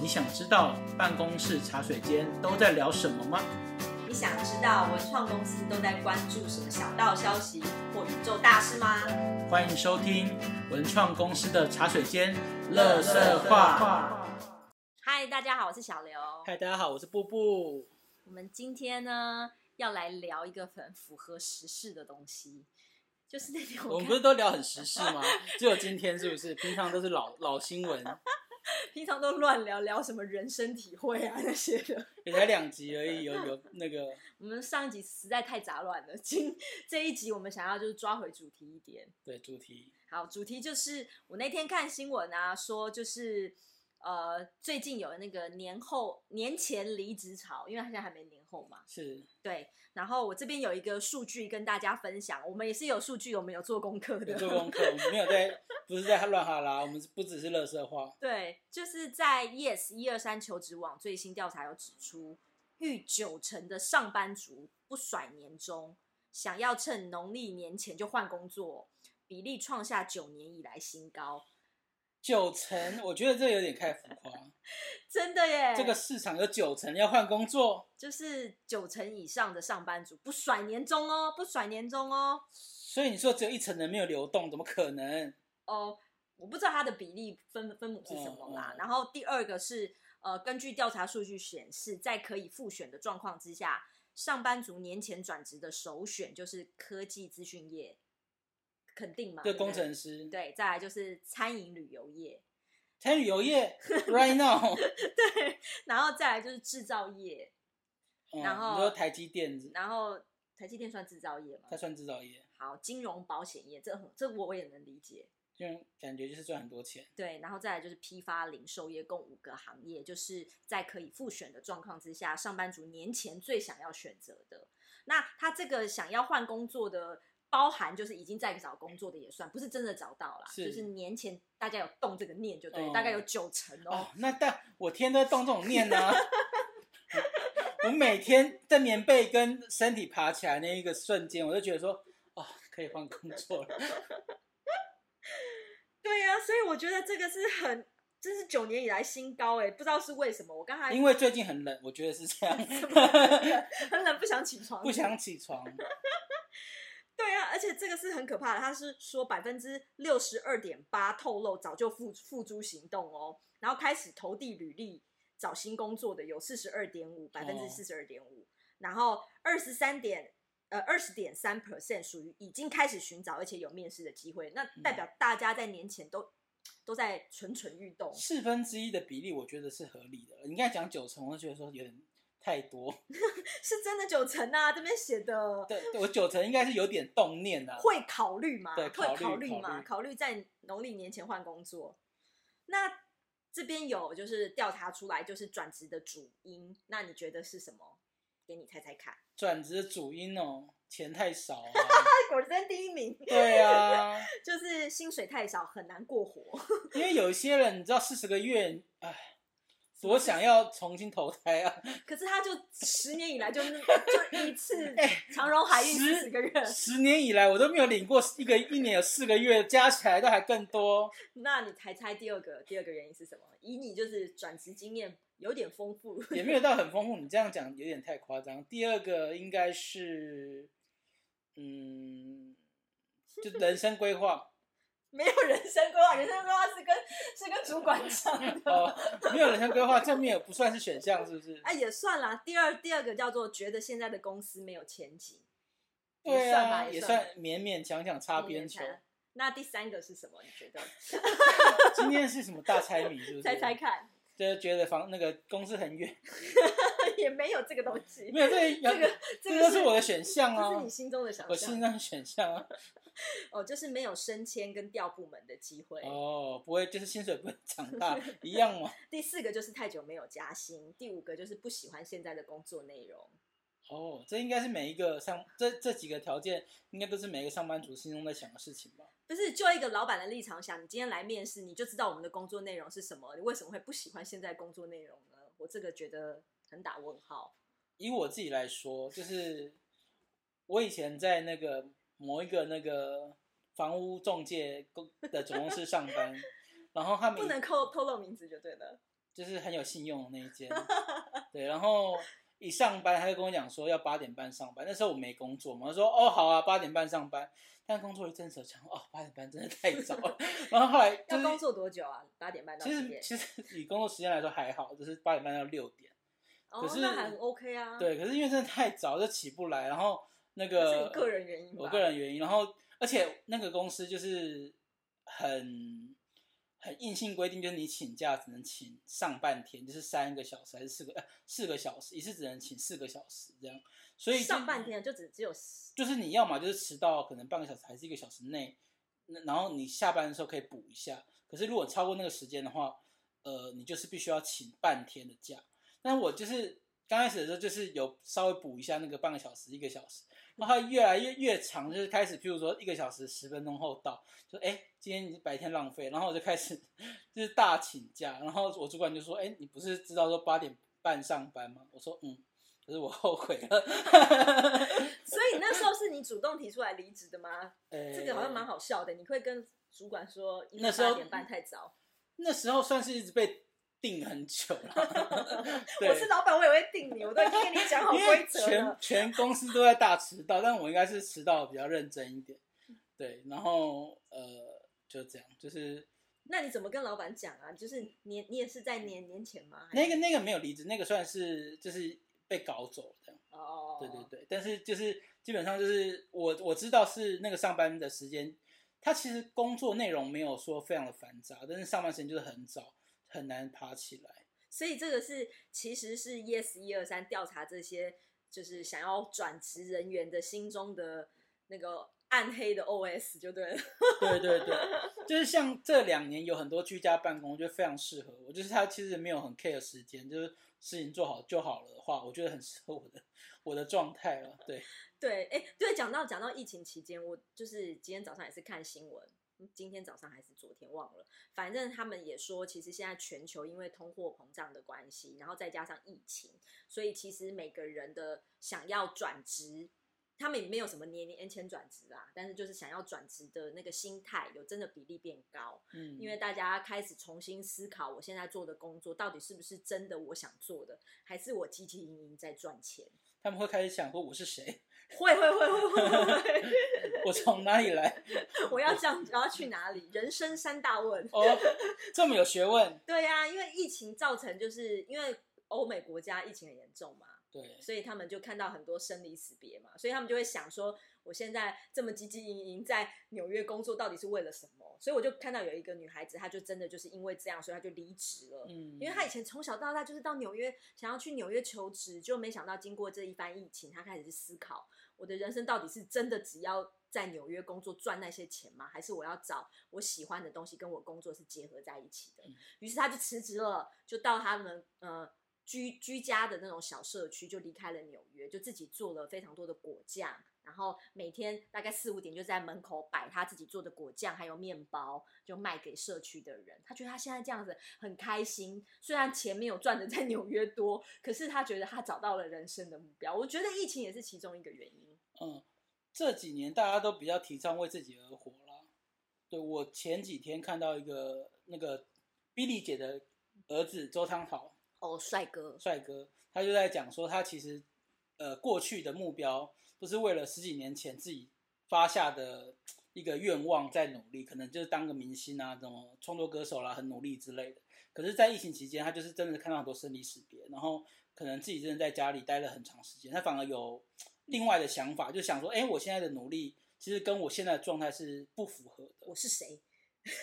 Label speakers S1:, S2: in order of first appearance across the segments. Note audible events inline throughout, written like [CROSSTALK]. S1: 你想知道办公室茶水间都在聊什么吗？
S2: 你想知道文创公司都在关注什么小道消息或宇宙大事吗？
S1: 欢迎收听文创公司的茶水间乐色话。
S2: 嗨，大家好，我是小刘。
S1: 嗨，大家好，我是布布。
S2: 我们今天呢要来聊一个很符合时事的东西，就是那天
S1: 我
S2: 我
S1: 们
S2: 看
S1: 不是都聊很时事吗？只有今天是不是？平常都是老老新闻，
S2: [LAUGHS] 平常都乱聊聊什么人生体会啊
S1: [LAUGHS]
S2: 那些的。
S1: 也才两集而已，有有那个
S2: 我们上一集实在太杂乱了，今这一集我们想要就是抓回主题一点。
S1: 对主题，
S2: 好，主题就是我那天看新闻啊，说就是呃，最近有那个年后年前离职潮，因为他现在还没年后嘛，
S1: 是
S2: 对。然后我这边有一个数据跟大家分享，我们也是有数据，我们有做功课
S1: 有
S2: 的，
S1: 做功课，我们没有在不是在乱哈拉，我们是不只是乐色话，
S2: 对，就是在 Yes 一二三求职网最新调查有指出，逾九成的上班族不甩年终，想要趁农历年前就换工作，比例创下九年以来新高，
S1: 九成，我觉得这有点太浮夸。
S2: 真的耶！
S1: 这个市场有九成要换工作，
S2: 就是九成以上的上班族不甩年终哦，不甩年终哦。
S1: 所以你说只有一成人没有流动，怎么可能？
S2: 哦，我不知道它的比例分分母是什么啦。
S1: 嗯嗯
S2: 然后第二个是，呃，根据调查数据显示，在可以复选的状况之下，上班族年前转职的首选就是科技资讯业，肯定嘛？
S1: 这
S2: 啊对不
S1: 工
S2: 对
S1: 程师，
S2: 对，再来就是餐饮旅游业，
S1: 参与游
S2: [LAUGHS]
S1: 业，right now，
S2: 对，然后再来就是制造业，
S1: 嗯
S2: 然后
S1: 你说台积电，
S2: 然后台积电算制造业吗
S1: 它？算制造业，
S2: 好，金融保险业，这很这我我也能理解。
S1: 因为感觉就是赚很多钱。
S2: 对，然后再来就是批发、零售业，共五个行业，就是在可以复选的状况之下，上班族年前最想要选择的。那他这个想要换工作的，包含就是已经在找工作的也算，不是真的找到啦，
S1: 是
S2: 就是年前大家有动这个念就对，大概有九成哦
S1: 哦，，那但我天天都在动这种
S2: [LAUGHS]
S1: 念呢、我每天在棉被跟身体爬起来那一个瞬间，我就觉得说，哦，可以换工作
S2: [LAUGHS]
S1: 了。
S2: 对呀、所以我觉得这个是很，这是九年以来新高哎、不知道是为什么。我刚才
S1: 因为最近很冷，我觉得是这样，
S2: [LAUGHS]
S1: [LAUGHS]
S2: 很冷，不想起床，
S1: 不想起床。
S2: 对啊，而且这个是很可怕的，他是说百分之六十二点八透露早就付付诸行动哦，然后开始投递履历找新工作的有四十二点五百分之四十二点五，然后二十三点呃二十点三 percent 属于已经开始寻找而且有面试的机会，那代表大家在年前都、都在蠢蠢欲动， [LAUGHS]
S1: 四分之一的比例，我觉得是合理的。你刚才讲九成，我就觉得说有点太多。
S2: 是真的九成啊，这边写的
S1: 对，对我九成应该是有点动念啊。
S2: 会考虑吗？
S1: 对
S2: 会
S1: 考虑
S2: 虑
S1: 考
S2: 吗？
S1: 虑
S2: 考虑在农历年前换工作。那这边有就是调查出来就是转职的主因，那你觉得是什么？给你猜猜看。
S1: 转职的主因哦，钱太少啊。
S2: 果真第一名
S1: 对啊，
S2: [LAUGHS] 就是薪水太少，很难过活。 [LAUGHS]
S1: 因为有一些人，你知道四十个月，哎，我想要重新投胎啊，
S2: 可是他就十年以来就是 [LAUGHS] 就一次长荣海运
S1: 十
S2: 四个月， [LAUGHS]
S1: 十年以来我都没有领过一个一年有四个月，加起来都还更多。
S2: 那你才猜第二个第二个原因是什么？以你就是转职经验有点丰富， [LAUGHS]
S1: 也没有到很丰富。你这样讲有点太夸张。第二个应该是，嗯，就人生规划
S2: 没有人生规划，人生规划是跟是跟主管讲的。
S1: 哦，没有人生规划，这面也不算是选项，是不是？
S2: 哎，也算啦。第二第二个叫做觉得现在的公司没有前景，
S1: 对
S2: 也算
S1: 啊，
S2: 吧
S1: 也
S2: 也
S1: 算
S2: 算
S1: 勉勉强强擦边球
S2: 勉。强那第三个是什么？你觉得？
S1: 今天是什么大猜谜？是不是？
S2: [LAUGHS] 猜猜看，
S1: 就是觉得房那个公司很远，
S2: 也没有这个东西。
S1: 没有
S2: [LAUGHS]
S1: 这
S2: 这个
S1: 这
S2: 个
S1: 就是我的选项
S2: 这是
S1: 啊
S2: 你，心中的想
S1: 我心
S2: 象
S1: 中的选项啊。
S2: 哦，就是没有升迁跟调部门的机会。
S1: 哦，不会，就是薪水不
S2: [LAUGHS]
S1: 会长大一样嘛。
S2: 第四个就是太久没有加薪，第五个就是不喜欢现在的工作内容。
S1: 哦，这应该是每一个上这这几个条件，应该都是每一个上班族心中在想的事情吧？
S2: 不是，就一个老板的立场想，你今天来面试，你就知道我们的工作内容是什么，你为什么会不喜欢现在工作内容呢？我这个觉得很打问号。
S1: 以我自己来说，就是我以前在那个某一个那个房屋中介公的总公司上班，然后他们
S2: 不能透透露名字就对了。
S1: 就是很有信用的那一间。对，然后一上班他就跟我讲说要八点半上班，那时候我没工作嘛，我说哦好啊，八点半上班。但工作一阵子，我想哦八点半真的太早了。然后后来就是
S2: [LAUGHS] 要工作多久啊？八点半到
S1: 其
S2: 几
S1: 实
S2: 点？
S1: 其实以工作时间来说还好，就是八点半到六点。
S2: 哦
S1: 可，是
S2: 那还很 OK 啊。，
S1: 对，可是因为真的太早就起不来，然后那
S2: 是
S1: 个
S2: 你个人原因吧？
S1: 我个人原因，然后而且那个公司就是很很硬性规定，就是你请假只能请上半天，就是三个小时还是四个呃四个小时，一次只能请四个小时这样，所以就
S2: 上半天就只只有十
S1: 就是你要嘛就是迟到可能半个小时还是一个小时内，那然后你下班的时候可以补一下，可是如果超过那个时间的话，呃，你就是必须要请半天的假。那我就是刚开始的时候就是有稍微补一下那个半个小时一个小时，然后它越来越越长，就是开始譬如说一个小时十分钟后到，就哎、诶今天你白天浪费，然后我就开始 [LAUGHS] 就是大请假，然后我主管就说哎、诶你不是知道说八点半上班吗？我说嗯。可是我后悔了， [LAUGHS]
S2: 所以那时候是你主动提出来离职的吗？
S1: 呃
S2: 这个好像蛮好笑的，你会跟主管说，因为
S1: 那时候
S2: 八点半太早。
S1: 那时候算是一直被定很久
S2: [LAUGHS]
S1: 了，对，
S2: 我是老板，我也会定你，我都已经跟你讲好
S1: 因为
S2: 规则
S1: 全
S2: 了。
S1: 全公司都在大迟到，但我应该是迟到比较认真一点，对，然后呃就这样，就是
S2: 那你怎么跟老板讲啊？就是年，你也是在年年前吗？还
S1: 那
S2: 是
S1: 个那个没有离职，那个算是就是被搞走这样，
S2: 哦，
S1: 对对对，但是就是基本上就是我我知道是那个上班的时间，他其实工作内容没有说非常的繁杂，但是上班时间就是很早，很难爬起来。
S2: 所以这个是其实是 Yes 一二三调查这些就是想要转职人员的心中的那个暗黑的 OS 就对了。
S1: 对对对，就是像这两年有很多居家办公，我觉得非常适合我。就是他其实没有很 care 时间，就是事情做好就好了的话，我觉得很适合我的我的状态了。对，
S2: 对，哎、对，讲到讲到疫情期间，我就是今天早上也是看新闻，嗯今天早上还是昨天忘了，反正他们也说，其实现在全球因为通货膨胀的关系，然后再加上疫情，所以其实每个人的想要转职，他们也没有什么年年前转职啊，但是就是想要转职的那个心态，有真的比例变高。
S1: 嗯，
S2: 因为大家开始重新思考，我现在做的工作到底是不是真的我想做的，还是我汲汲营营在赚钱？ [LAUGHS]
S1: 他们会开始想说我是谁， [LAUGHS]
S2: 会会会会会会会，
S1: 我从哪里来？
S2: [LAUGHS] 我要这样，我要去哪里？人生三
S1: [LAUGHS]
S2: 大问。
S1: 哦，这么有学问。
S2: 对呀、因为疫情造成，就是因为欧美国家疫情很严重嘛，
S1: 对，
S2: 所以他们就看到很多生离死别嘛，所以他们就会想说，我现在这么汲汲营营在纽约工作，到底是为了什么？所以我就看到有一个女孩子，她就真的就是因为这样，所以她就离职了。
S1: 嗯，
S2: 因为他以前从小到大就是到纽约，想要去纽约求职，就没想到经过这一番疫情，他开始去思考，我的人生到底是真的只要在纽约工作赚那些钱吗？还是我要找我喜欢的东西跟我工作是结合在一起的
S1: 嗯？
S2: 于是他就辞职了，就到他们呃居居家的那种小社区，就离开了纽约，就自己做了非常多的果酱。然后每天大概四五点就在门口摆他自己做的果酱，还有面包，就卖给社区的人。他觉得他现在这样子很开心，虽然钱没有赚的在纽约多，可是他觉得他找到了人生的目标。我觉得疫情也是其中一个原因。
S1: 嗯，这几年大家都比较提倡为自己而活啦。对我前几天看到一个那个 Billy 姐的儿子周汤豪，
S2: 哦，帅哥，
S1: 帅哥，他就在讲说，他其实呃过去的目标都是为了十几年前自己发下的一个愿望在努力，可能就是当个明星啊，什么创作歌手啦、很努力之类的。可是，在疫情期间，他就是真的看到很多生离死别，然后可能自己真的在家里待了很长时间，他反而有另外的想法，就想说，哎、我现在的努力其实跟我现在的状态是不符合的。
S2: 我是谁？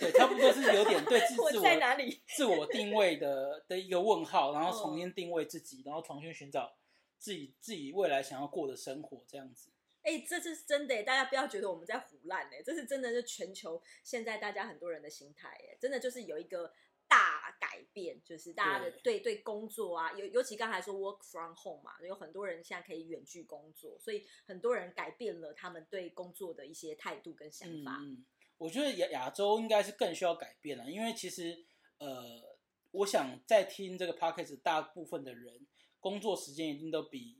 S1: 对，差不多是有点对自
S2: [LAUGHS] 我
S1: 自我
S2: 在哪里？
S1: 自我定位的的一个问号，然后重
S2: 嗯
S1: 新定位自己，然后重新寻找自己自己未来想要过的生活这样子。
S2: 哎、这是真的耶，大家不要觉得我们在胡乱哎，这是真的，是全球现在大家很多人的心态哎，真的就是有一个大改变，就是大家的对对工作啊，尤尤其刚才说 work from home 嘛，有很多人现在可以远距工作，所以很多人改变了他们对工作的一些态度跟想
S1: 嗯，
S2: 法。
S1: 嗯我觉得亚亚洲应该是更需要改变了，因为其实呃，我想在听这个 podcast 大部分的人，工作时间一定都比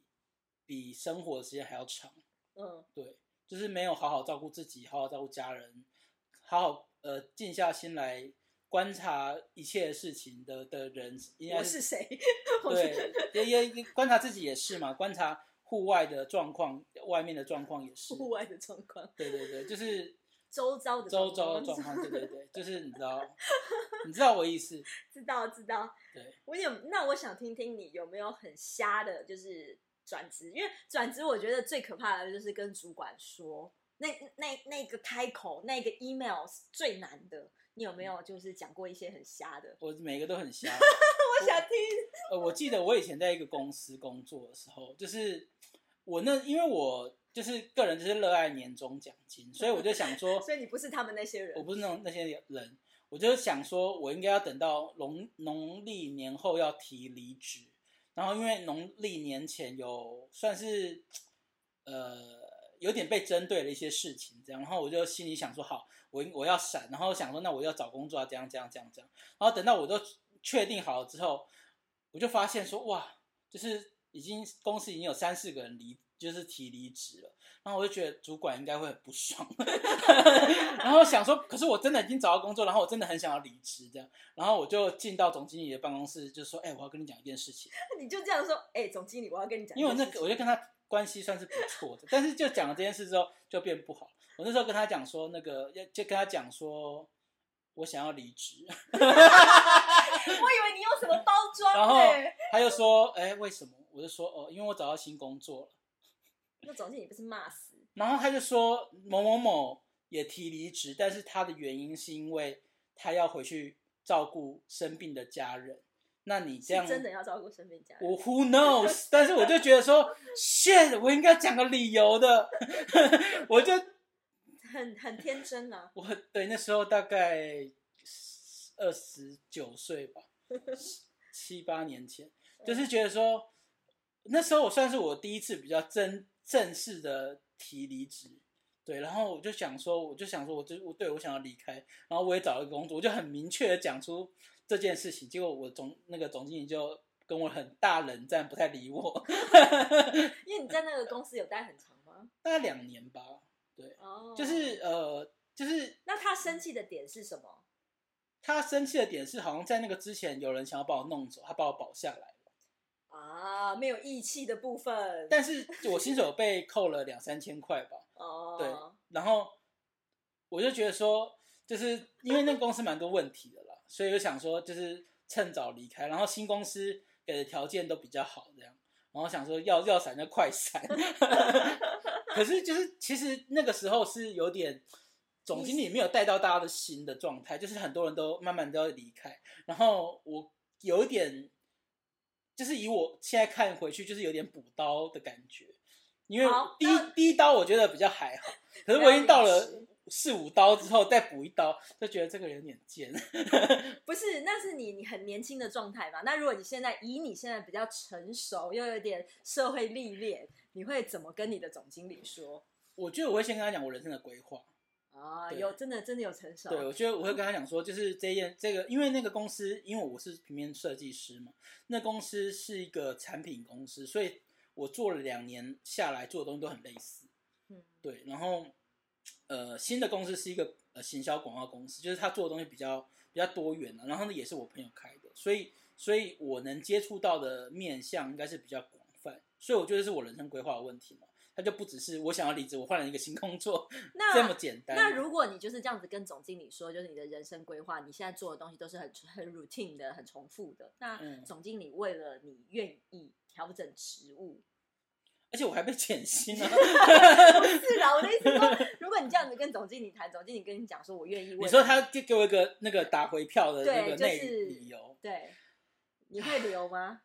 S1: 比生活的时间还要长。
S2: 嗯
S1: 对，就是没有好好照顾自己，好好照顾家人，好好呃静下心来观察一切事情的的人，应该
S2: 我是谁？ [LAUGHS] 我
S1: 对
S2: 是，
S1: 也也 [LAUGHS] 也观察自己也是嘛，观察户外的状况、外面的状况也是。
S2: 户外的状况，
S1: 对对对，就是
S2: [LAUGHS] 周遭的
S1: 周遭的
S2: 状
S1: 状
S2: 况
S1: 况，对对对， [LAUGHS] 就是你知道，你知道我意思，
S2: 知道知道。
S1: 对，
S2: 我有那我想听听你有没有很瞎的，就是转职，因为转职我觉得最可怕的就是跟主管说那那那个开口那个 email 是最难的。你有没
S1: 嗯
S2: 有就是讲过一些很瞎的？
S1: 我每个都很
S2: [LAUGHS]
S1: 瞎。
S2: 我想听。，
S1: 呃，我记得我以前在一个公司工作的时候，就是我那因为我就是个人就是热爱年终奖金，所以我就想说
S2: [LAUGHS] 所以你不是他们那些
S1: 我
S2: 人，
S1: 不是那种那些人，我就想说我应该要等到农农历年后要提离职，然后因为农历年前有算是呃有点被针对的一些事情，这样，然后我就心里想说好，我应我要闪，然后想说那我要找工作啊，这样这样这样这样，然后等到我都确定好了之后，我就发现说哇，就是已经公司已经有三四个人离，就是提离职了，然后我就觉得主管应该会很不爽，然后想说，可是我真的已经找到工作，然后我真的很想要离职这样，然后我就进到总经理的办公室，就说，哎、我要跟你讲一件事情，
S2: [LAUGHS] 你就这样说，哎、总经理，我要跟你讲一
S1: 因为我
S2: 件事
S1: 那
S2: 情，
S1: 个我就跟他关系算是不错的，但是就讲了这件事之后就变不好。我那时候跟他讲说，那个要就跟他讲说，我想要离职，
S2: 我以为你用什么包
S1: 然
S2: 装
S1: 后
S2: 哎、
S1: 他就说，哎、为什么？我就说，哦，因为我找到新工作了。
S2: 那总经理不是骂死？
S1: 然后他就说某某某也提离职，但是他的原因是因为他要回去照顾生病的家人。那你这样
S2: 是真的要照顾生病家人。
S1: 我 who knows？但是我就觉得说，shit，我应该讲个理由的。我就
S2: 很很天真啊，
S1: 我对那时候大概二十九岁吧，七八年前，就是觉得说，那时候我算是我第一次比较正正式的提离职，对，然后我就想说，我就想说，我就我对我想要离开，然后我也找了一个工作，我就很明确的讲出这件事情，结果我总那个总经理就跟我很大冷战，不太理我，
S2: 因为你在那个公司有待很长吗？
S1: 大概两年吧，
S2: 哦，
S1: 就是呃，就是
S2: 那他生气的点是什么？
S1: 他生气的点是，好像在那个之前有人想要把我弄走，他把我保下来，
S2: 啊，没有义气的部分。
S1: 但是我薪水有被扣了两三千块吧，
S2: 哦，
S1: 对然后我就觉得说，就是因为那个公司蛮多问题的啦，所以我想说就是趁早离开，然后新公司给的条件都比较好，这样，然后想说要要闪就快闪， [LAUGHS] 可是就是其实那个时候是有点。总经理没有带到大家的心的状态，就是很多人都慢慢都要离开，然后我有一点，就是以我现在看回去，就是有点补刀的感觉，因为
S2: 好
S1: 第一
S2: 那
S1: 第一刀我觉得比较还好，可是我已经到
S2: 那要
S1: 了
S2: 临
S1: 四五刀之后再补一刀，就觉得这个人有点贱。
S2: 不是，那是你你很年轻的状态嘛。那如果你现在以你现在比较成熟，又有点社会历练，你会怎么跟你的总经理说？
S1: 我觉得我会先跟他讲我人生的规划，
S2: 啊，
S1: 对
S2: 有真的真的有成熟，
S1: 对我觉得我会跟他讲说，就是这件这个，因为那个公司，因为我是平面设计师嘛，那公司是一个产品公司，所以我做了两年下来做的东西都很类似，
S2: 嗯，
S1: 对，然后呃，新的公司是一个呃行销广告公司，就是他做的东西比较比较多元啊了、然后呢也是我朋友开的，所以所以我能接触到的面向应该是比较广泛，所以我觉得是我人生规划的问题嘛，它就不只是我想要离职，我换了一个新工作
S2: 那
S1: 这么简单。
S2: 那如果你就是这样子跟总经理说，就是你的人生规划，你现在做的东西都是很很 routine 的、很重复的。那
S1: 嗯
S2: 总经理为了你愿意调整职务，
S1: 而且我还被减薪
S2: [LAUGHS]
S1: 啊！
S2: 不是啦，我的意思是说，如果你这样子跟总经理谈，总经理跟你讲说我愿意为了，
S1: 你说他就给我一个那个打回票的那
S2: 对
S1: 个
S2: 就
S1: 内
S2: 是
S1: 理由，
S2: 对，你会留吗？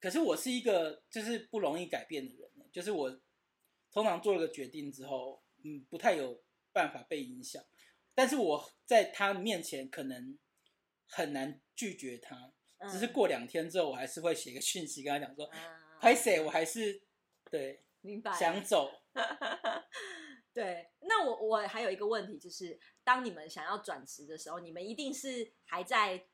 S1: 可是我是一个就是不容易改变的人，就是我通常做了个决定之后，嗯，不太有办法被影响。但是我在他面前可能很难拒绝他，
S2: 嗯
S1: 只是过两天之后，我还是会写个讯息跟他讲说，
S2: 啊
S1: [LAUGHS] 拍谁、我还是对
S2: 明白
S1: 想走。
S2: 对，那我我还有一个问题，就是当你们想要转职的时候，你们一定是还在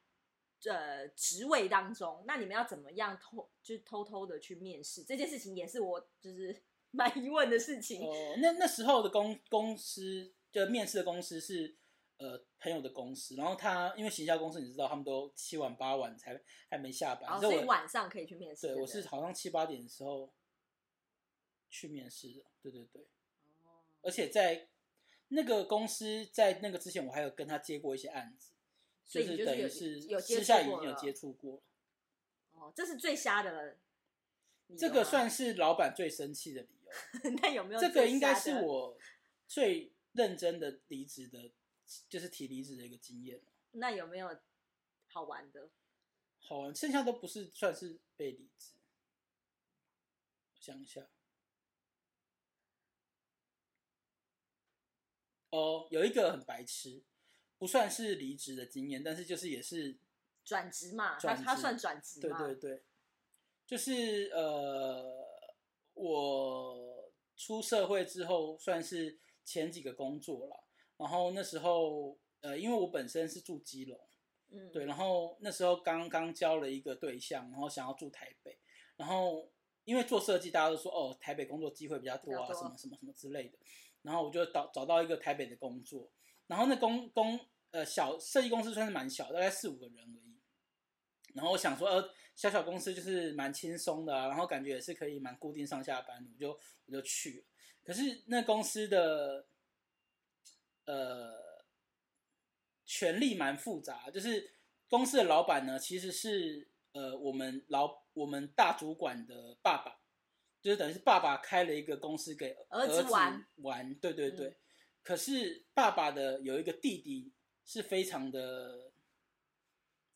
S2: 呃职位当中，那你们要怎么样偷就是偷偷的去面试？这件事情也是我就是 [LAUGHS] 蛮疑问的事情。
S1: 哦哦，那那时候的公公司就面试的公司是呃朋友的公司，然后他因为行销公司你知道他们都七晚八晚才还没下
S2: 然
S1: 班，
S2: 哦后所以
S1: 我
S2: 晚上可以去面试。
S1: 对
S2: 不
S1: 我是好像七八点的时候去面试的，对对对，
S2: 哦
S1: 而且在那个公司在那个之前我还有跟他接过一些案子，
S2: 所以
S1: 是
S2: 你就是
S1: 等于
S2: 有
S1: 是
S2: 有接
S1: 私
S2: 触
S1: 下已
S2: 过
S1: 经有
S2: 了
S1: 接触过，
S2: 哦，这是最瞎的了。理由
S1: 这个
S2: 吗
S1: 算是老板最生气的理由。
S2: [LAUGHS] 那有没有
S1: 这个
S2: 最
S1: 应该
S2: 瞎
S1: 是
S2: 的
S1: 我最认真的离职的，就是提离职的一个经验。
S2: 那有没有好玩的？
S1: 好玩，剩下都不是算是被离职。我想一下，哦，有一个很白痴，不算是离职的经验，但是就是也是
S2: 转职嘛，他
S1: 转
S2: 他
S1: 职
S2: 算转职
S1: 对
S2: 嘛？
S1: 对对，就是呃，我出社会之后算是前几个工作了，然后那时候呃，因为我本身是住基隆，
S2: 嗯，
S1: 对，然后那时候刚刚交了一个对象，然后想要住台北，然后因为做设计，大家都说哦，台北工作机会比较多啊，
S2: 比较多
S1: 什么什么什么之类的，然后我就找找到一个台北的工作，然后那公公呃小设计公司算是蛮小，大概四五个人而已。然后我想说，呃，小小公司就是蛮轻松的、啊，然后感觉也是可以蛮固定上下班的，我就我就去了。可是那公司的呃权力蛮复杂，就是公司的老板呢，其实是呃我们老我们大主管的爸爸，就是等于是爸爸开了一个公司给
S2: 儿子
S1: 子
S2: 玩
S1: 玩，对对对。
S2: 嗯
S1: 可是爸爸的有一个弟弟是非常的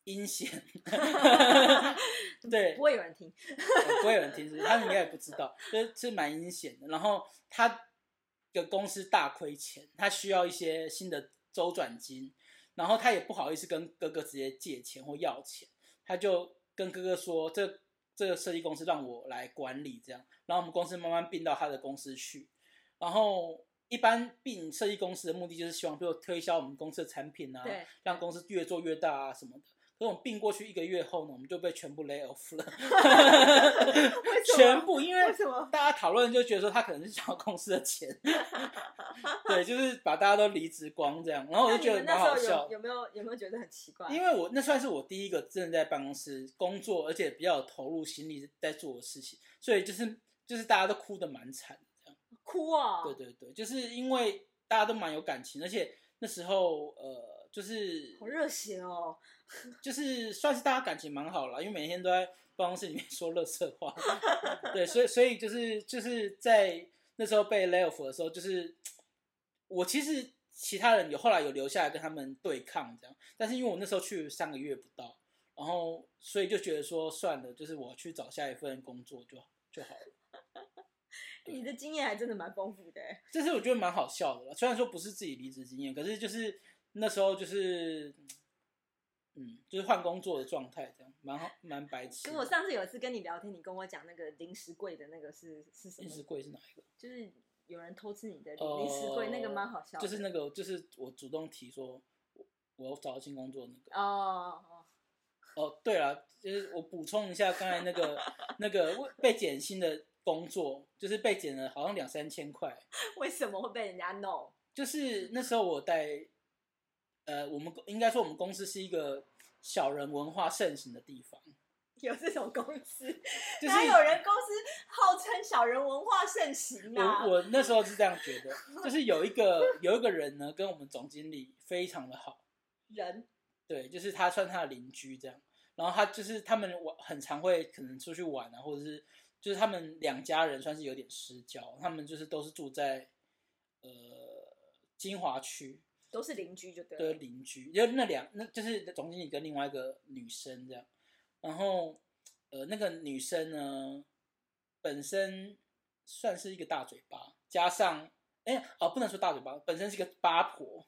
S1: 阴险，对
S2: 不，会有人听。
S1: 呃不会有人听是不是他们应该也不知道，就是是蛮阴险的。然后他的公司大亏钱，他需要一些新的周转金，然后他也不好意思跟哥哥直接借钱或要钱，他就跟哥哥说：“这这个设计公司让我来管理，这样。”然后我们公司慢慢并到他的公司去，然后。一般并设计公司的目的就是希望，比如推销我们公司的产品啊， [LAUGHS]
S2: 对，
S1: 让公司越做越大啊什么的。可是我们并过去一个月后呢，我们就被全部 lay off 了。
S2: 为什么
S1: 全部，因为
S2: 为什么
S1: 大家讨论就觉得说他可能是想要公司的
S2: [LAUGHS]
S1: 钱，对，就是把大家都离职光这样，哦然后我
S2: 那
S1: 就
S2: 你
S1: 觉得
S2: 们那
S1: 蛮
S2: 时
S1: 好
S2: 候
S1: 笑
S2: 有。有没有有没有觉得很奇怪？
S1: 因为我那算是我第一个真的在办公室工作，而且比较有投入心力在做的事情，所以就是就是大家都哭得蛮惨的这样。
S2: 哭哦，
S1: 对对对，就是因为大家都蛮有感情，而且那时候呃，就是
S2: 好热血哦，
S1: 就是算是大家感情蛮好了，因为每天都在办公室里面 [LAUGHS] 说乐色话，对，所以所以就是就是在那时候被 lay off 的时候，就是我其实其他人有后来有留下来跟他们对抗这样，但是因为我那时候去三个月不到，然后所以就觉得说算了，就是我去找下一份工作就就好了。对
S2: 你的经验还真的蛮丰富的欸。
S1: 这是我觉得蛮好笑的啦，虽然说不是自己离职经验，可是就是那时候就是。嗯，就是换工作的状态，这样蛮好，蛮白痴的。
S2: 跟我上次有一次跟你聊天，你跟我讲那个零食柜的那个是是什
S1: 零食
S2: 么？
S1: 柜是哪一个？
S2: 就是有人偷吃你的
S1: 哦
S2: 零食柜，那个蛮好笑
S1: 就
S2: 的。
S1: 是那个，就是我主动提说我我要找到新工作那个。
S2: 哦哦，
S1: 哦，对了，就是我补充一下刚才那
S2: [LAUGHS]
S1: 个那个被减薪的工作，就是被减了好像两三千块。
S2: 为什么会被人家弄？
S1: 就是那时候我在呃，我们公应该说我们公司是一个小人文化盛行的地方，
S2: 有这种公司？
S1: 就是
S2: 哪有人公司号称小人文化盛行啊？
S1: 我我那时候是这样觉得，就是有一个有一个人呢，跟我们总经理非常的好。
S2: 人
S1: 对，就是他算他的邻居这样。然后他就是他们玩很常会可能出去玩啊，或者是就是他们两家人算是有点失交，他们就是都是住在呃金华区
S2: 都是邻居就对了。
S1: 的邻居，就那两那就是总经理跟另外一个女生这样。然后呃那个女生呢，本身算是一个大嘴巴，加上哎哦不能说大嘴巴，本身是一个八婆，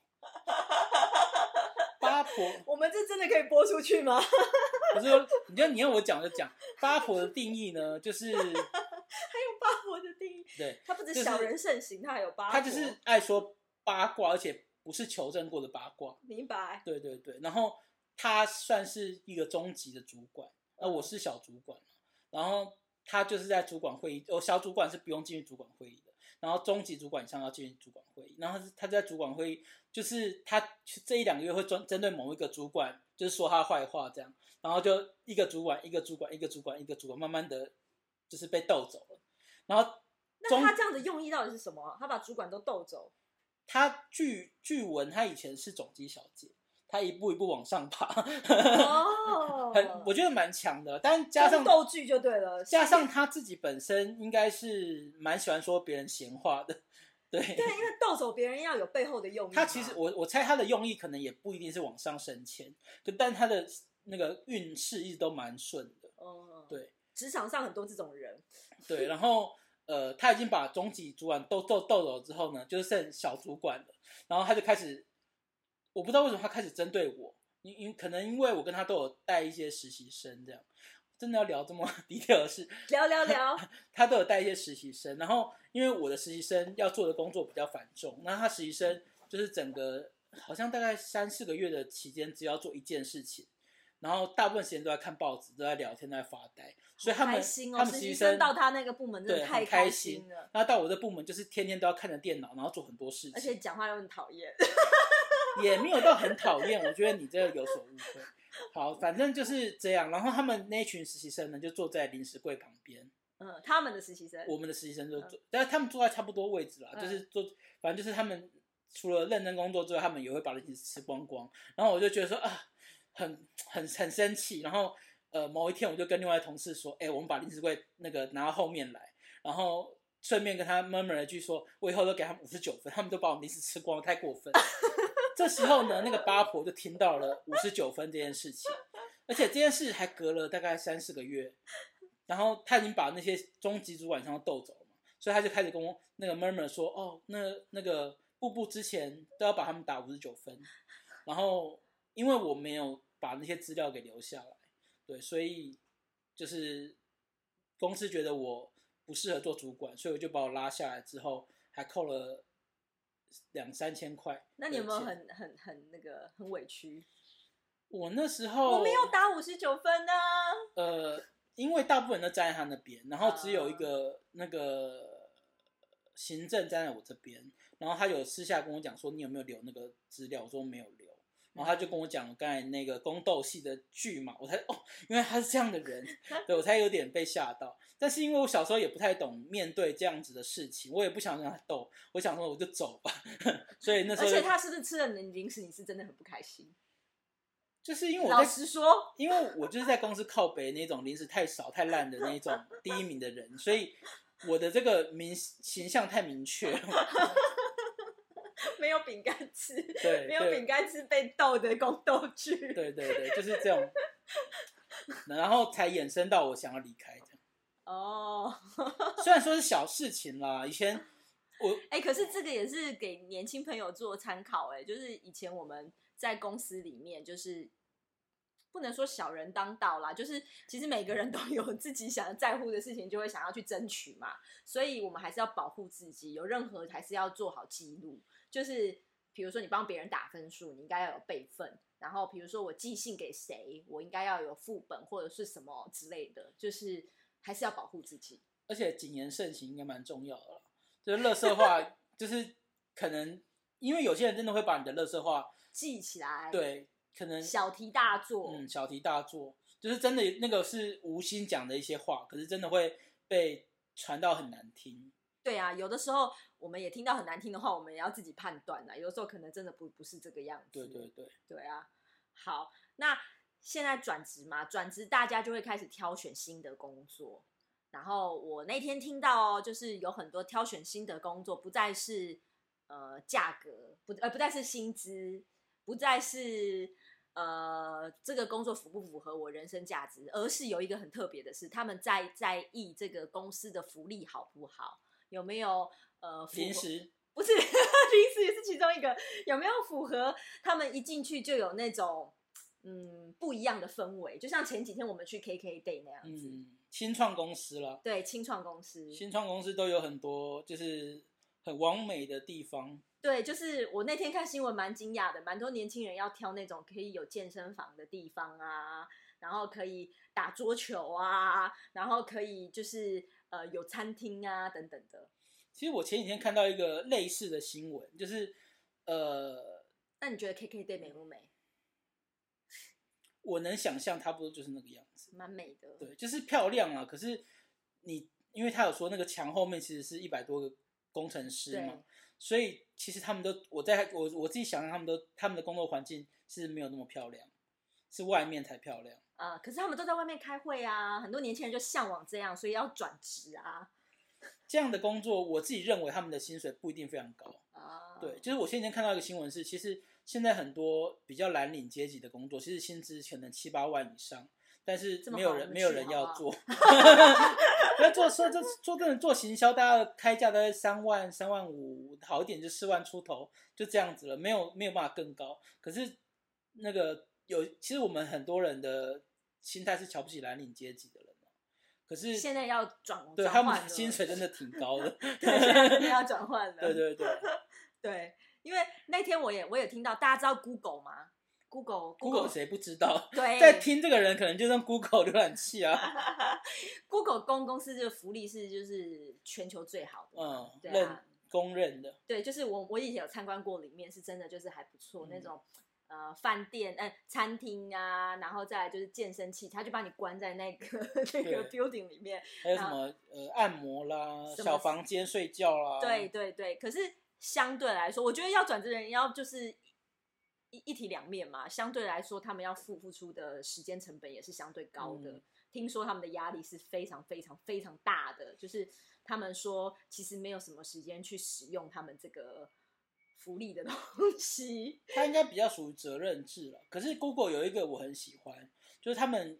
S1: 八婆。
S2: 我们这真的可以播出去吗？ [LAUGHS] 还
S1: 不是说，你就你要我讲就讲。八婆的定义呢，就是 [LAUGHS]
S2: 有八婆的定义，
S1: 对
S2: 他不止
S1: 就是
S2: 小人盛行，他还有八婆。
S1: 他就是爱说八卦，而且不是求证过的八卦。
S2: 明白
S1: 对对对，然后他算是一个中级的主管，呃，我是小主管嘛然后他就是在主管会议，哦，小主管是不用进入主管会议的，然后中级主管以上要进行主管会议，然后他在主管会议，就是他这一两个月会专针对某一个主管，就是说他坏话这样，然后就一个主管一个主管一个主管一个主管，慢慢的就是被斗走了，然后
S2: 那
S1: 中
S2: 他这样的用意到底是什么啊、他把主管都
S1: [LAUGHS]
S2: 斗走，
S1: 他据据闻他以前是总机小姐，他一步一步往上爬，
S2: 哦，
S1: 很我觉得蛮强的，但加上
S2: 斗剧就对了，
S1: 加上他自己本身应该是蛮喜欢说别人闲话的， [LAUGHS] 对。
S2: 对，因为斗走别人要有背后的用意嘛。嗯
S1: 他其实我我猜他的用意可能也不一定是往上升迁，就但他的那个运势一直都蛮顺的，
S2: 哦，
S1: 对
S2: 职场上很多这种人， [LAUGHS]
S1: 对。然后呃，他已经把中级主管都斗斗走之后呢，就剩小主管了，然后他就开始，我不知道为什么他开始针对我，因因可能因为我跟他都有带一些实习生这样。真的要聊这么 [LAUGHS] detail 的事，
S2: 聊聊聊，
S1: 他都有带一些实习生，然后因为我的实习生要做的工作比较繁重，那他实习生就是整个好像大概三四个月的期间，只要做一件事情，然后大部分时间都在看报纸，都在聊天，都在发呆， [LAUGHS] 所以他
S2: 好
S1: 们、
S2: 开心哦，
S1: 他们
S2: 实
S1: 实习
S2: 习
S1: 生
S2: 生到他那个部门真
S1: 对
S2: 的
S1: 很
S2: 太
S1: 开
S2: 心了，
S1: 那到我这部门就是天天都要看着电脑，然后做很多事
S2: 而且
S1: 情，
S2: 讲话又很讨厌。 [LAUGHS]
S1: 也没有到很讨厌，我觉得你这个有所误会。好，反正就是这样。然后他们那群实习生呢，就坐在零食柜旁边，
S2: 嗯，他们的实习生，
S1: 我们的实习生就坐，但是他们坐在差不多位置啦，
S2: 嗯
S1: 啊就是坐，反正就是他们除了认真工作之外，他们也会把东西吃光光。然后我就觉得说啊，很很很生气。然后呃，某一天我就跟另外同事说，哎、我们把零食柜那个拿到后面来，然后顺便跟他 murmur 了一句说，我以后都给他们五十九分，他们都把我们零食吃光了，太过分了。这时候呢，那个八婆就听到了五十九分这件事情，而且这件事还隔了大概三四个月，然后他已经把那些中级主管以上都斗走了嘛，所以他就开始跟我那个 murmur 说，哦，那那个步步之前都要把他们打五十九分，然后因为我没有把那些资料给留下来，对，所以就是公司觉得我不适合做主管，所以我就把我拉下来之后，还扣了两三千块的钱。
S2: 那你有没有很很很那个很委屈？
S1: 我那时候
S2: 我没有打五十九分呢。啊
S1: 呃，因为大部分人都站在他那边，然后只有一
S2: 嗯
S1: 个、那个行政站在我这边，然后他有私下跟我讲说你有没有留那个资料，我说没有留。然后他就跟我讲刚才那个宫斗戏的剧嘛，我才哦，原来他是这样的
S2: [LAUGHS]
S1: 人，对我才有点被吓到。但是因为我小时候也不太懂面对这样子的事情，我也不想跟他斗，我想说我就走吧。 [LAUGHS] 所以那时
S2: 而
S1: 候
S2: 且他是不是吃了你的零食，你是真的很不开心？
S1: 就是因为我
S2: 老
S1: 在
S2: 实说，
S1: 因为我就是在公司靠北那种零食太少太烂的那一种第一名的人，所以我的这个明形象太明确了。
S2: 没有饼干吃，
S1: 对，
S2: 没有饼
S1: 对，
S2: 干吃被逗的宫斗剧。
S1: 对对对，就是这种，然后才衍生到我想要离开这样。
S2: 哦，
S1: 虽然说是小事情啦，以前我
S2: 哎、可是这个也是给年轻朋友做参考、哎，就是以前我们在公司里面，就是不能说小人当道啦，就是其实每个人都有 [LAUGHS] 自己想要在乎的事情，就会想要去争取嘛，所以我们还是要保护自己，有任何还是要做好记录，就是比如说你帮别人打分数，你应该要有备份。然后，比如说我寄信给谁，我应该要有副本或者是什么之类的，就是还是要保护自己。
S1: 而且谨言慎行应该蛮重要的啦，就是乐色话，就是可能因为有些人真的会把你的乐色话，
S2: 记起来，，
S1: 对，可能
S2: 小题大做，
S1: 嗯，小题大做，就是真的那个是无心讲的一些话，可是真的会被传到很难听。
S2: 对啊，有的时候我们也听到很难听的话，我们也要自己判断啊啦。有的时候可能真的不不是这个样子。
S1: 对对对，
S2: 对啊，好，那现在转职嘛，转职大家就会开始挑选新的工作。然后我那天听到哦，就是有很多挑选新的工作，不再是呃价格，不呃不再是薪资，不再是呃这个工作符不符合我人生价值，而是有一个很特别的是，他们在在意这个公司的福利好不好，有没有呃符
S1: 临
S2: 合
S1: 时
S2: 不是 [LAUGHS] 临时也是其中一个，有没有符合他们一进去就有那种嗯不一样的氛围？就像前几天我们去 KK Day 那样子，
S1: 嗯，新创公司啦，
S2: 对清创公司，
S1: 新创公司都有很多就是很完美的地方，
S2: 对，就是我那天看新闻蛮惊讶的，蛮多年轻人要挑那种可以有健身房的地方啊，然后可以打桌球啊，然后可以就是呃有餐厅啊等等的，
S1: 其实我前几天看到一个类似的新闻，就是呃，
S2: 那你觉得 KK day 美不美？
S1: 我能想象差不多就是那个样子。
S2: 蛮美的。
S1: 对，就是漂亮啊。可是你，因为他有说那个墙后面其实是一百多个工程师
S2: 对
S1: 嘛，所以其实他们都，我在我我自己想象，他们都他们的工作环境是没有那么漂亮，是外面才漂亮。
S2: 啊、可是他们都在外面开会啊，很多年轻人就向往这样，所以要转职啊
S1: 这样的工作，我自己认为他们的薪水不一定非常高。
S2: 啊。
S1: 对，就是我前几天看到一个新闻是，其实现在很多比较蓝领阶级的工作，其实薪资可能七八万以上，但是
S2: 这么
S1: 没有
S2: 好
S1: 人
S2: 我们
S1: 没有
S2: 去
S1: 人
S2: 好
S1: 要
S2: 不好 [LAUGHS]
S1: 做。要做说这做真的做行销，大家的开价大概三万、三万五，好一点就四万出头，就这样子了，没有没有办法更高。可是那个有，其实我们很多人的心态是瞧不起蓝领阶级的人嘛，可是
S2: 现在要转
S1: 对
S2: 转
S1: 他们
S2: 换
S1: 的
S2: 了
S1: 薪水真的挺高的，
S2: [LAUGHS] [LAUGHS] 对，现在真的要转换了。
S1: [LAUGHS] 对对
S2: [LAUGHS]
S1: 对。
S2: 对，因为那天我也我也听到，大家知道 Google 吗？Google
S1: Google 谁不知道？
S2: 对，
S1: 在听这个人可能就用 Google 浏览器
S2: [LAUGHS]
S1: 啊，
S2: Google 公公司这个福利是就是全球最好的嘛，
S1: 嗯，
S2: 对
S1: 认
S2: 啊，
S1: 公认的，
S2: 对，就是我我以前有参观过，里面是真的就是还不错、
S1: 嗯
S2: 那种。呃，饭店、呃，餐厅啊，然后再来就是健身器材，他就把你关在那
S1: [LAUGHS]
S2: 个那个 building 里面。
S1: 还有什么呃按摩啦、
S2: 啊什么
S1: 小房间睡觉啦，
S2: 对，对对，可是相对来说，我觉得要转职人要就是一一体两面嘛。相对来说，他们要付付出的时间成本也是相对高的。
S1: 嗯
S2: 听说他们的压力是非常非常非常大的，就是他们说其实没有什么时间去使用他们这个福利的东西。
S1: 它应该比较属于责任制了。可是 Google 有一个我很喜欢，就是他们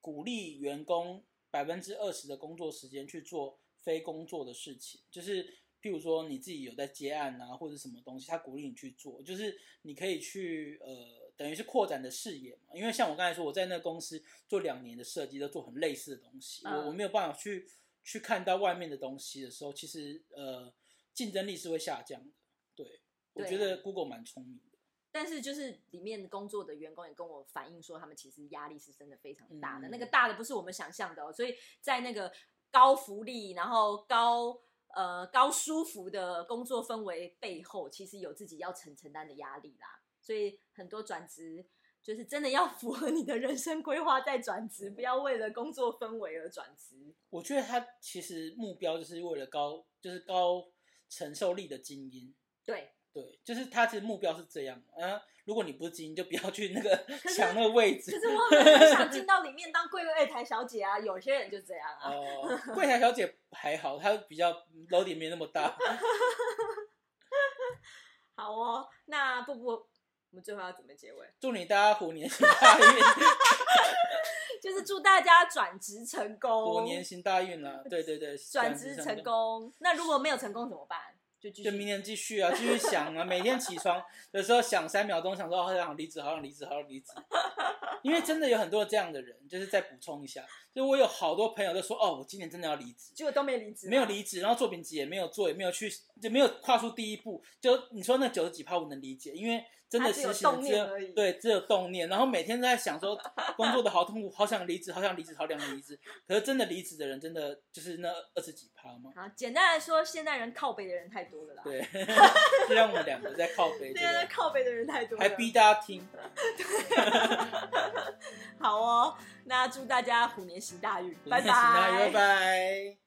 S1: 鼓励员工百分之二十的工作时间去做非工作的事情，就是譬如说你自己有在接案啊，或者什么东西，他鼓励你去做，就是你可以去呃，等于是扩展你的视野嘛。因为像我刚才说，我在那个公司做两年的设计，都做很类似的东西，
S2: 嗯
S1: 我我没有办法去去看到外面的东西的时候，其实呃，竞争力是会下降的。对，我
S2: 对啊
S1: 觉得 Google 蛮聪明的。
S2: 但是就是里面工作的员工也跟我反映说，他们其实压力是真的非常大的，
S1: 嗯
S2: 那个大的不是我们想象的哦。所以在那个高福利，然后高呃高舒服的工作氛围背后，其实有自己要承承担的压力啦。所以很多转职就是真的要符合你的人生规划再转职，不要为了工作氛围而转职。
S1: 我觉得他其实目标就是为了高，就是高承受力的精英。
S2: 对，
S1: 对，就是他其实目标是这样啊。如果你不是精英，就不要去那
S2: [LAUGHS]
S1: 个
S2: 是
S1: 抢那个位
S2: 可 [LAUGHS]
S1: 置。
S2: 是我很想进到里面当柜位台小姐啊，有些人就这样啊。
S1: 哦，柜台小姐还好，她比较楼顶没那么
S2: [LAUGHS]
S1: 大。
S2: 好哦，那不不，我们最后要怎么结尾？ [LAUGHS]
S1: 祝你大家虎年行大运，
S2: 就是祝大家转职成功，
S1: 虎年行大运啦！对对对，
S2: [LAUGHS] 转职
S1: 上
S2: 成
S1: 的。
S2: 功。那如果没有成功怎么办？就继
S1: 就明
S2: 续。
S1: 年继续啊，继续想啊，每天起床有时候想三秒钟，想说哦好想离职，好想离职，好想
S2: [LAUGHS]
S1: 离职。因为真的有很多这样的人，就是再补充一下，就我有好多朋友都说，哦，我今年真的要离职，
S2: 结果都没离职，啊
S1: 没有，离职，然后作品集也没有做，也没有去，就没有跨出第一步。就你说那九十几趴，我能理解，因为真的
S2: 他只有
S1: 实行
S2: 动
S1: 只
S2: 念
S1: 有
S2: 而 [LAUGHS] 已
S1: 对只有动念，然后每天都在想
S2: [LAUGHS]
S1: 说工作的好痛苦，好想离职，好想离职，好想离职。可是真的离职的人，真的就是那二十几趴吗？
S2: 好，简单来说，现代人靠北的人太多了啦。
S1: 对，就让我们两个在靠
S2: [LAUGHS]
S1: 背，
S2: 现
S1: 这
S2: 在
S1: 个。
S2: 靠北的人太多了。
S1: 还逼大家听。
S2: 好哦，那祝大家虎年行大运，
S1: [LAUGHS] 啊拜拜，拜拜。